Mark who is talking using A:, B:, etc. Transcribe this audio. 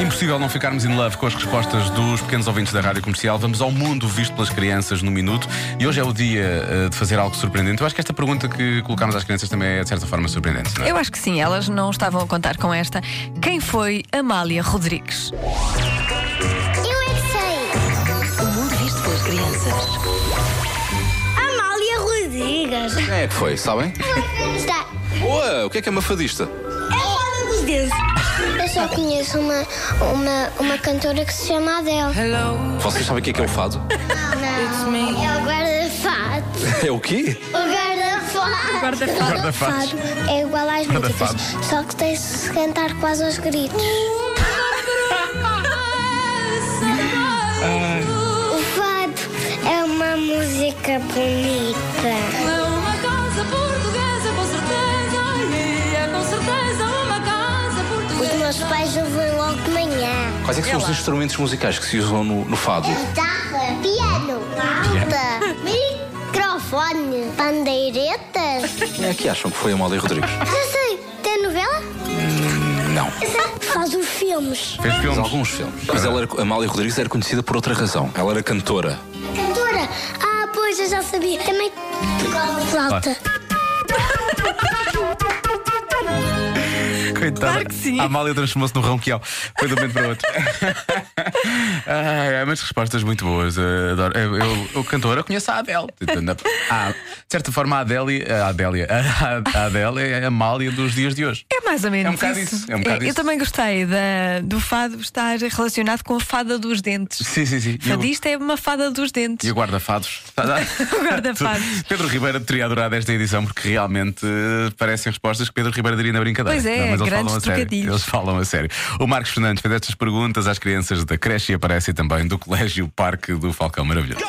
A: Impossível não ficarmos in love com as respostas dos pequenos ouvintes da rádio comercial. Vamos ao mundo visto pelas crianças no minuto. E hoje é o dia eh, de fazer algo surpreendente. Eu acho que esta pergunta que colocámos às crianças também é, de certa forma, surpreendente. Não é?
B: Eu acho que sim, elas não estavam a contar com esta. Quem foi Amália Rodrigues?
C: Eu é que sei.
D: O mundo visto pelas crianças.
C: Amália Rodrigues.
E: Quem é que foi, sabem?
C: Está.
E: Boa! O que é que é mafadista?
C: É fora dos dentes. Eu só conheço uma, uma, uma cantora que se chama Adele.
E: Vocês sabem o que é que é o fado?
C: Não. É o guarda-fato.
E: É o quê?
C: O guarda-fato.
B: Guarda-fato.
A: Guarda-fatos.
C: É igual às músicas,
A: Guarda-fatos.
C: só que tem de se cantar quase aos gritos. O fado é uma música bonita.
F: É uma casa portuguesa, com certeza. E é com certeza uma casa portuguesa.
C: Os meus pais ouvem logo de manhã.
E: Quais é que são os instrumentos musicais que se usam no, no fado?
C: É. Guitarra, piano, flauta, microfone, bandeiretas.
E: Quem é que acham que foi a Amália Rodrigues?
C: Já sei, tem novela?
E: Não.
C: Faz os filmes.
A: Fez
E: Fez
A: filmes.
E: alguns filmes. Mas ela era, a Amália Rodrigues era conhecida por outra razão. Ela era cantora.
C: Cantora? Ah, pois, eu já sabia. Também tocava flauta.
A: Coitada.
B: Claro que sim.
A: A Amália transformou-se no ronquial. Foi de um momento para o outro. Ai, ai, mas respostas muito boas. eh, Adoro. Eu, eu, eu cantora conheço a Adele. Ah, de certa forma, a Adélia. A Adélia. A, a Adele é a Amália dos dias de hoje.
B: É mais ou menos
A: É um bocado isso, é um bocado
B: eu
A: isso.
B: também gostei da- do fado estar relacionado com a fada dos dentes.
A: Sim, sim, sim. E o-
B: Fadista é uma fada dos dentes.
A: E o guarda-fados.
B: O guarda-fados.
A: Pedro Ribeiro teria adorado esta edição porque realmente eh, parecem respostas que Pedro Ribeiro daria na brincadeira.
B: Pois é,
A: mas eles
B: grandes
A: falam a sério.
B: trocadilhos.
A: Eles falam a sério. O Marcos Fernandes fez estas perguntas às crianças da creche e aparece também do Colégio Parque do Falcão Maravilhoso.